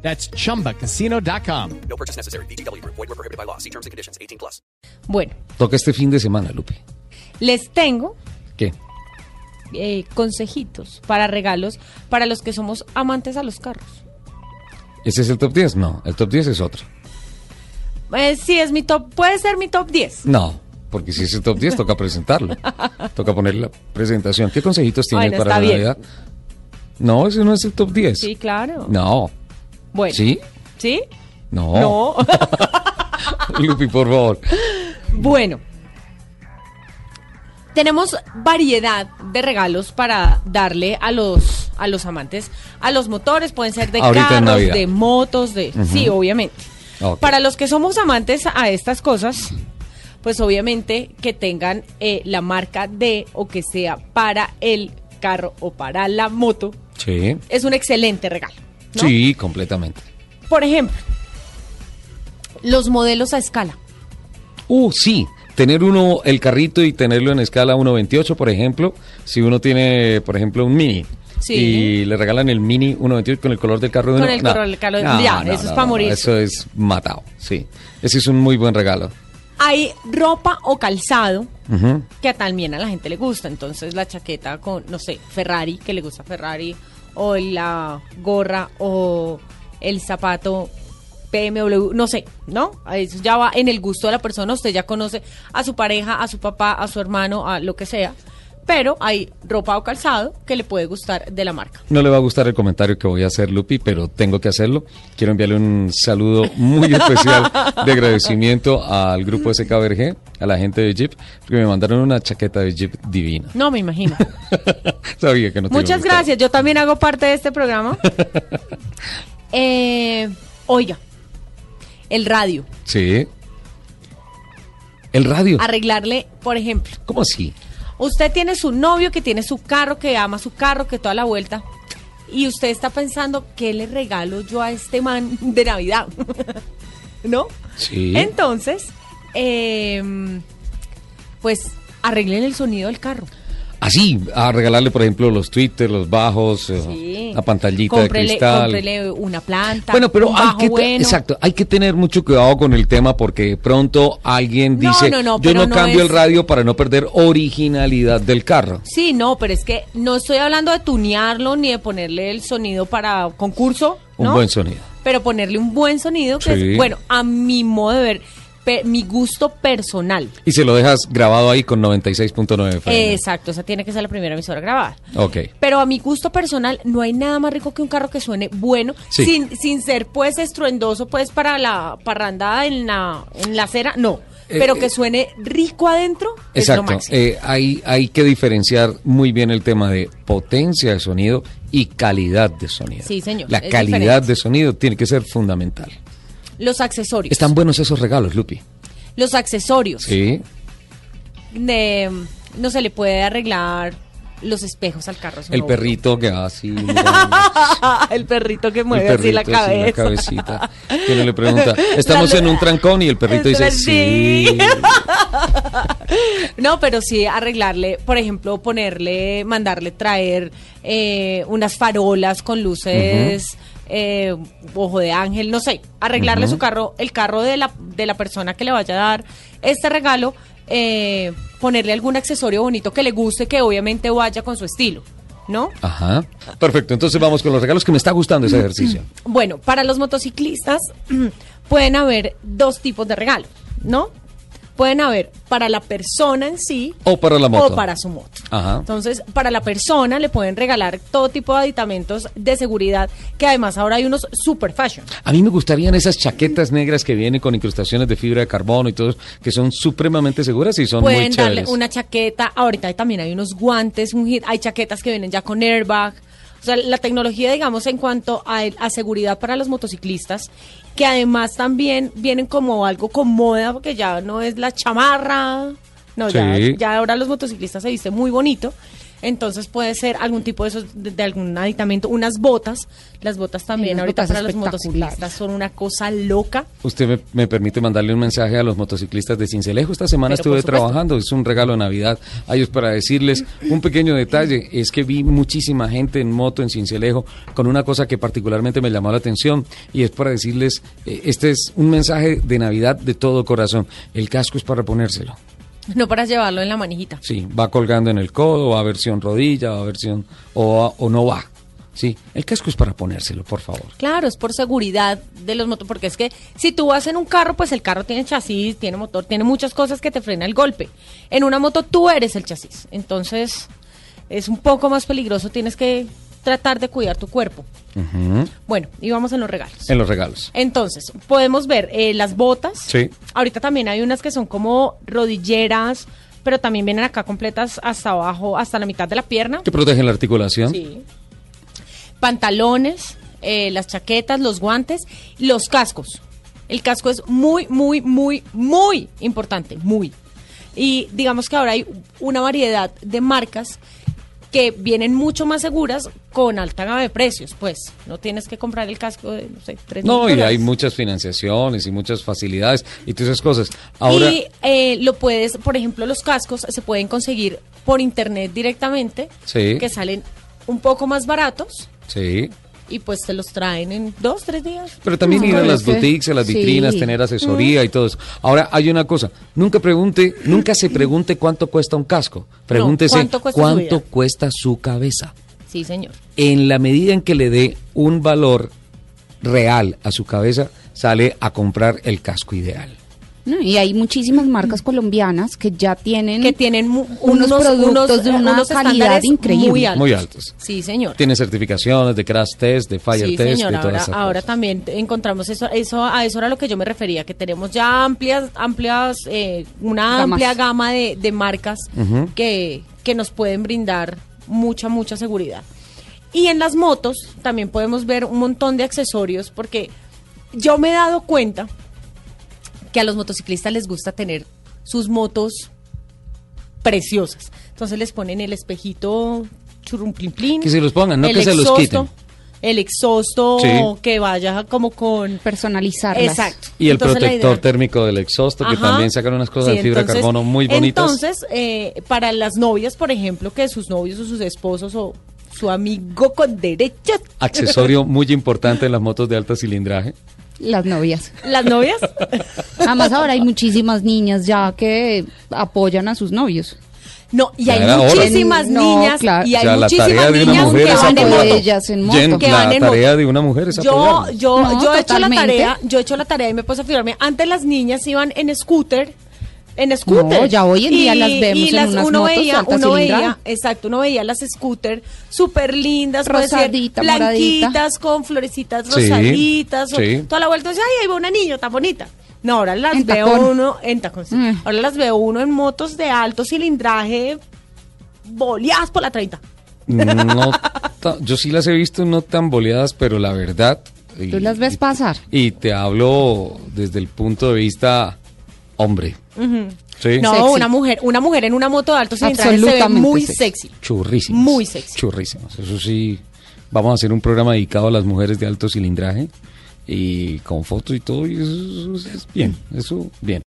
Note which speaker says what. Speaker 1: That's chumbacasino.com.
Speaker 2: No purchase necessary. BGW. Void were prohibited by law. See terms and conditions. 18 plus.
Speaker 3: Bueno,
Speaker 4: Toca este fin de semana, Lupe.
Speaker 3: les tengo
Speaker 4: ¿Qué?
Speaker 3: eh, consejitos para regalos para los que somos amantes a los carros.
Speaker 4: ¿Ese es el top 10? No, el top 10 es otro.
Speaker 3: Eh, sí, es mi top, puede ser mi top 10.
Speaker 4: No, porque si es el top 10 toca presentarlo. toca poner la presentación. ¿Qué consejitos tiene
Speaker 3: Bueno,
Speaker 4: para
Speaker 3: está
Speaker 4: la
Speaker 3: bien.
Speaker 4: Navidad? No, ese no es el top 10.
Speaker 3: Sí, claro.
Speaker 4: No,
Speaker 3: Bueno.
Speaker 4: ¿sí?
Speaker 3: ¿Sí?
Speaker 4: No.
Speaker 3: No.
Speaker 4: Lupi, por favor.
Speaker 3: bueno. Tenemos variedad de regalos para darle a los a los amantes, a los motores, pueden ser de
Speaker 4: Ahorita en
Speaker 3: carros,
Speaker 4: Navidad.
Speaker 3: de motos, de sí, obviamente.
Speaker 4: Ok.
Speaker 3: Para los que somos amantes a estas cosas, pues obviamente que tengan eh, la marca de o que sea para el carro o para la moto,
Speaker 4: Sí.
Speaker 3: es un excelente regalo. ¿no?
Speaker 4: Sí, completamente.
Speaker 3: Por ejemplo, los modelos a escala.
Speaker 4: Uh, sí. Tener uno, el carrito y tenerlo en escala 1.28, por ejemplo. Si uno tiene, por ejemplo, un mini.
Speaker 3: Sí.
Speaker 4: Y le regalan el mini 1.28 con el color del carro de
Speaker 3: Con
Speaker 4: uno.
Speaker 3: el color del carro- ya, eso es pa' morirse.
Speaker 4: Eso es matado, sí. Ese es un muy buen regalo.
Speaker 3: Hay ropa o calzado
Speaker 4: Ujú.
Speaker 3: que también a la gente le gusta. Entonces la chaqueta con, no sé, Ferrari, que le gusta Ferrari, o la gorra, o el zapato BMW, no sé, ¿no? Eso ya va en el gusto de la persona. Usted ya conoce a su pareja, a su papá, a su hermano, a lo que sea. Pero hay ropa o calzado que le puede gustar de la marca.
Speaker 4: No le va a gustar el comentario que voy a hacer, Lupi, pero tengo que hacerlo. Quiero enviarle un saludo muy especial de agradecimiento al grupo SKBRG, a la gente de Jeep, porque me mandaron una chaqueta de Jeep divina.
Speaker 3: No, me imagino.
Speaker 4: Sabía que no te iba a
Speaker 3: Muchas
Speaker 4: gustar.
Speaker 3: gracias. Yo también hago parte de este programa. Eh, oiga, el radio.
Speaker 4: Sí. El radio.
Speaker 3: Arreglarle, por ejemplo,
Speaker 4: ¿Cómo así?
Speaker 3: usted tiene su novio que tiene su carro, que ama su carro, que toda la vuelta. Y usted está pensando, ¿qué le regalo yo a este man de Navidad? ¿No?
Speaker 4: Sí.
Speaker 3: Entonces, eh, pues arreglen el sonido del carro.
Speaker 4: Así, a regalarle, por ejemplo, los Twitter, los bajos, eh,
Speaker 3: Sí.
Speaker 4: la pantallita
Speaker 3: Cómprele-
Speaker 4: de cristal.
Speaker 3: cómprele una planta.
Speaker 4: Bueno, pero
Speaker 3: un
Speaker 4: hay
Speaker 3: bajo
Speaker 4: que, te-
Speaker 3: bueno.
Speaker 4: exacto, hay que tener mucho cuidado con el tema porque de pronto alguien
Speaker 3: No,
Speaker 4: dice,
Speaker 3: no, no,
Speaker 4: yo
Speaker 3: pero
Speaker 4: no,
Speaker 3: no
Speaker 4: cambio
Speaker 3: es-
Speaker 4: el radio para no perder originalidad del carro.
Speaker 3: Sí, no, pero es que no estoy hablando de tunearlo ni de ponerle el sonido para concurso.
Speaker 4: Un
Speaker 3: ¿no?
Speaker 4: buen sonido.
Speaker 3: Pero ponerle un buen sonido que
Speaker 4: Sí.
Speaker 3: es, bueno, a mi modo de ver, pe- mi gusto personal.
Speaker 4: Y se lo dejas grabado ahí con 96.9 FM.
Speaker 3: Exacto, esa tiene que ser la primera emisora grabada.
Speaker 4: Ok.
Speaker 3: Pero a mi gusto personal no hay nada más rico que un carro que suene bueno,
Speaker 4: Sí.
Speaker 3: sin, sin ser pues estruendoso pues para la parrandada en la, en la acera, no.
Speaker 4: Eh,
Speaker 3: Pero
Speaker 4: eh,
Speaker 3: que suene rico adentro es lo
Speaker 4: Exacto.
Speaker 3: máximo.
Speaker 4: eh, hay, hay que diferenciar muy bien el tema de potencia de sonido y calidad de sonido.
Speaker 3: Sí, señor,
Speaker 4: La
Speaker 3: es
Speaker 4: calidad
Speaker 3: diferente.
Speaker 4: de sonido tiene que ser fundamental.
Speaker 3: Los accesorios.
Speaker 4: Están buenos esos regalos, Lupi.
Speaker 3: Los accesorios.
Speaker 4: Sí.
Speaker 3: de, no se le puede arreglar los espejos al carro. es una
Speaker 4: El
Speaker 3: burla.
Speaker 4: perrito que va así. mirando.
Speaker 3: el perrito que
Speaker 4: El
Speaker 3: mueve así la
Speaker 4: perrito,
Speaker 3: cabeza.
Speaker 4: así, la cabecita. Que uno le pregunta, estamos
Speaker 3: La-
Speaker 4: en un trancón y el perrito dice,
Speaker 3: Sí.
Speaker 4: sí.
Speaker 3: No, pero sí arreglarle, por ejemplo, ponerle, mandarle traer eh, unas farolas con luces, eh, ojo de ángel, no sé, arreglarle su carro, el carro de la, de la persona que le vaya a dar este regalo, eh, ponerle algún accesorio bonito que le guste, que obviamente vaya con su estilo, ¿no?
Speaker 4: Ajá. Perfecto, entonces vamos con los regalos que me está gustando ese ejercicio.
Speaker 3: Bueno, para los motociclistas pueden haber dos tipos de regalo, ¿no? Pueden haber para la persona en sí
Speaker 4: O para la moto.
Speaker 3: o para su moto.
Speaker 4: Ajá.
Speaker 3: Entonces, para la persona le pueden regalar todo tipo de aditamentos de seguridad, que además ahora hay unos super fashion.
Speaker 4: A mí me gustarían esas chaquetas negras que vienen con incrustaciones de fibra de carbono y todo, que son supremamente seguras y son muy
Speaker 3: pueden darle
Speaker 4: chéveres.
Speaker 3: una chaqueta, ahorita hay- también hay unos guantes, un hit, hay chaquetas que vienen ya con airbag. O sea, la tecnología, digamos, en cuanto a, a seguridad para los motociclistas que además también vienen como algo con moda, porque ya no es la chamarra. No, ya,
Speaker 4: Sí.
Speaker 3: ya ahora los motociclistas se visten muy bonito. Entonces puede ser algún tipo de, esos, de, de algún aditamento, unas botas. Las botas también
Speaker 5: Unas
Speaker 3: ahorita
Speaker 5: botas
Speaker 3: para los
Speaker 5: espectaculares.
Speaker 3: motociclistas son una cosa loca.
Speaker 4: Usted me, me permite mandarle un mensaje a los motociclistas de Cincelejo. Esta semana
Speaker 3: Pero, por
Speaker 4: estuve
Speaker 3: supuesto.
Speaker 4: trabajando, es un regalo de Navidad a ellos para decirles un pequeño detalle. Es que vi muchísima gente en moto en Cincelejo con una cosa que particularmente me llamó la atención y es para decirles, eh, este es un mensaje de Navidad de todo corazón. El casco es para ponérselo.
Speaker 3: No para llevarlo en la manijita.
Speaker 4: Sí, va colgando en el codo, va versión rodilla, va versión o, va- o no va. Sí, el casco es para ponérselo, por favor.
Speaker 3: Claro, es por seguridad de los motos, porque es que si tú vas en un carro, pues el carro tiene chasis, tiene motor, tiene muchas cosas que te frena el golpe. En una moto tú eres el chasis, entonces es un poco más peligroso, tienes que tratar de cuidar tu cuerpo. Bueno, y vamos en los regalos.
Speaker 4: En los regalos.
Speaker 3: Entonces, podemos ver eh, las botas.
Speaker 4: Sí.
Speaker 3: Ahorita también hay unas que son como rodilleras, pero también vienen acá completas hasta abajo, hasta la mitad de la pierna.
Speaker 4: Que protegen la articulación.
Speaker 3: Sí. Pantalones, eh, las chaquetas, los guantes, los cascos. El casco es muy, muy, muy, muy importante, muy. Y digamos que ahora hay una variedad de marcas que vienen mucho más seguras con alta gama de precios, pues. No tienes que comprar el casco de, no sé, tres
Speaker 4: No,
Speaker 3: mil
Speaker 4: y hay
Speaker 3: dólares.
Speaker 4: muchas financiaciones y muchas facilidades y todas esas cosas. Ahora,
Speaker 3: y eh, lo puedes, por ejemplo, los cascos se pueden conseguir por internet directamente,
Speaker 4: Sí.
Speaker 3: que salen un poco más baratos.
Speaker 4: sí.
Speaker 3: y pues te los traen en dos, tres días.
Speaker 4: Pero también ir a las
Speaker 5: Parece-
Speaker 4: boutiques, a las
Speaker 5: sí.
Speaker 4: vitrinas, tener asesoría y todo eso. Ahora, hay una cosa. Nunca pregunte, nunca se pregunte cuánto cuesta un casco. Pregúntese
Speaker 3: ¿cuánto cuesta su
Speaker 4: cuánto
Speaker 3: vida?
Speaker 4: cuesta su cabeza.
Speaker 3: Sí, señor.
Speaker 4: en la medida en que le dé un valor real a su cabeza, sale a comprar el casco ideal.
Speaker 5: No, y hay muchísimas marcas colombianas que ya tienen
Speaker 3: Que tienen mu-
Speaker 5: unos, productos
Speaker 3: unos, eh,
Speaker 5: de una
Speaker 3: unos
Speaker 5: calidad
Speaker 3: estándares
Speaker 5: increíble.
Speaker 3: Muy altos.
Speaker 4: Muy altos.
Speaker 3: Sí, señor.
Speaker 4: Tiene certificaciones de crash test, de fire
Speaker 3: sí,
Speaker 4: test,
Speaker 3: señor.
Speaker 4: de
Speaker 3: Ahora,
Speaker 4: todas esas
Speaker 3: ahora
Speaker 4: cosas.
Speaker 3: también encontramos eso, eso, a eso era lo que yo me refería, que tenemos ya amplias, amplias, eh, una
Speaker 5: Gamas.
Speaker 3: amplia gama de, de marcas que, que nos pueden brindar mucha, mucha seguridad. Y en las motos también podemos ver un montón de accesorios, porque yo me he dado cuenta que a los motociclistas les gusta tener sus motos preciosas. Entonces les ponen el espejito churrumpliplín.
Speaker 4: Que se los pongan, no
Speaker 3: el
Speaker 4: que se los
Speaker 3: exhausto,
Speaker 4: quiten.
Speaker 3: El exhausto
Speaker 4: Sí.
Speaker 3: que vaya como con...
Speaker 5: personalizarlas.
Speaker 3: Exacto.
Speaker 4: Y el
Speaker 3: Entonces, la
Speaker 4: protector
Speaker 3: idea-
Speaker 4: térmico del exhausto, que
Speaker 3: Ajá.
Speaker 4: también sacan unas cosas
Speaker 3: Sí,
Speaker 4: de fibra de
Speaker 3: entonces-
Speaker 4: carbono muy bonitas.
Speaker 3: Entonces, eh, para las novias, por ejemplo, que sus novios o sus esposos o su amigo con derechos...
Speaker 4: Accesorio muy importante en las motos de alta cilindraje.
Speaker 5: Las novias.
Speaker 3: Las novias...
Speaker 5: Además ahora hay muchísimas niñas ya que apoyan a sus novios.
Speaker 3: No, y
Speaker 4: Ya
Speaker 3: hay
Speaker 4: era hora.
Speaker 3: muchísimas
Speaker 5: No,
Speaker 3: niñas
Speaker 5: claro.
Speaker 3: y hay
Speaker 4: o sea, la tarea
Speaker 3: muchísimas
Speaker 4: de una
Speaker 3: niñas
Speaker 4: mujer
Speaker 3: que
Speaker 4: es
Speaker 3: van de moto.
Speaker 4: apoyarlo.
Speaker 5: Ellas en moto.
Speaker 4: Jen,
Speaker 3: Que
Speaker 4: la
Speaker 3: van en
Speaker 4: tarea de una mujer es
Speaker 3: Yo,
Speaker 4: apoyarlo.
Speaker 3: yo,
Speaker 5: No,
Speaker 3: yo he hecho la
Speaker 5: totalmente.
Speaker 3: tarea, yo he hecho la tarea y me puse a firmarme. Antes las niñas iban en scooter, en scooter.
Speaker 5: No, ya hoy en día
Speaker 3: Y-
Speaker 5: las vemos
Speaker 3: y
Speaker 5: en
Speaker 3: las-
Speaker 5: unas
Speaker 3: uno
Speaker 5: motos de
Speaker 3: veía,
Speaker 5: alta
Speaker 3: uno veía,
Speaker 5: cilindrada.
Speaker 3: exacto, uno veía las scooter súper lindas, puede ser
Speaker 5: Rosadita,
Speaker 3: blanquitas
Speaker 5: moradita.
Speaker 3: con florecitas
Speaker 4: Sí,
Speaker 3: rosaditas, o-
Speaker 4: sí.
Speaker 3: toda la vuelta, decía, ay, ahí va una niña tan bonita. No, ahora las
Speaker 5: En
Speaker 3: veo
Speaker 5: tacón.
Speaker 3: uno en tacones.
Speaker 5: Mm.
Speaker 3: Ahora las veo uno en motos de alto cilindraje, boleadas por la 30.
Speaker 4: No ta- yo sí las he visto no tan boleadas, pero la verdad. y-
Speaker 5: Tú las ves
Speaker 4: y-
Speaker 5: pasar.
Speaker 4: Y te hablo desde el punto de vista hombre. Sí.
Speaker 3: No,
Speaker 5: Sexy.
Speaker 3: una mujer, una mujer en una moto de alto cilindraje se ve
Speaker 5: Absolutamente
Speaker 3: muy
Speaker 5: sexy.
Speaker 3: sexy.
Speaker 4: Churrísimas.
Speaker 3: Muy sexy.
Speaker 4: Churrísimas. Eso sí, vamos a hacer un programa dedicado a las mujeres de alto cilindraje y con fotos y todo. Y eso, eso es bien. Eso, bien.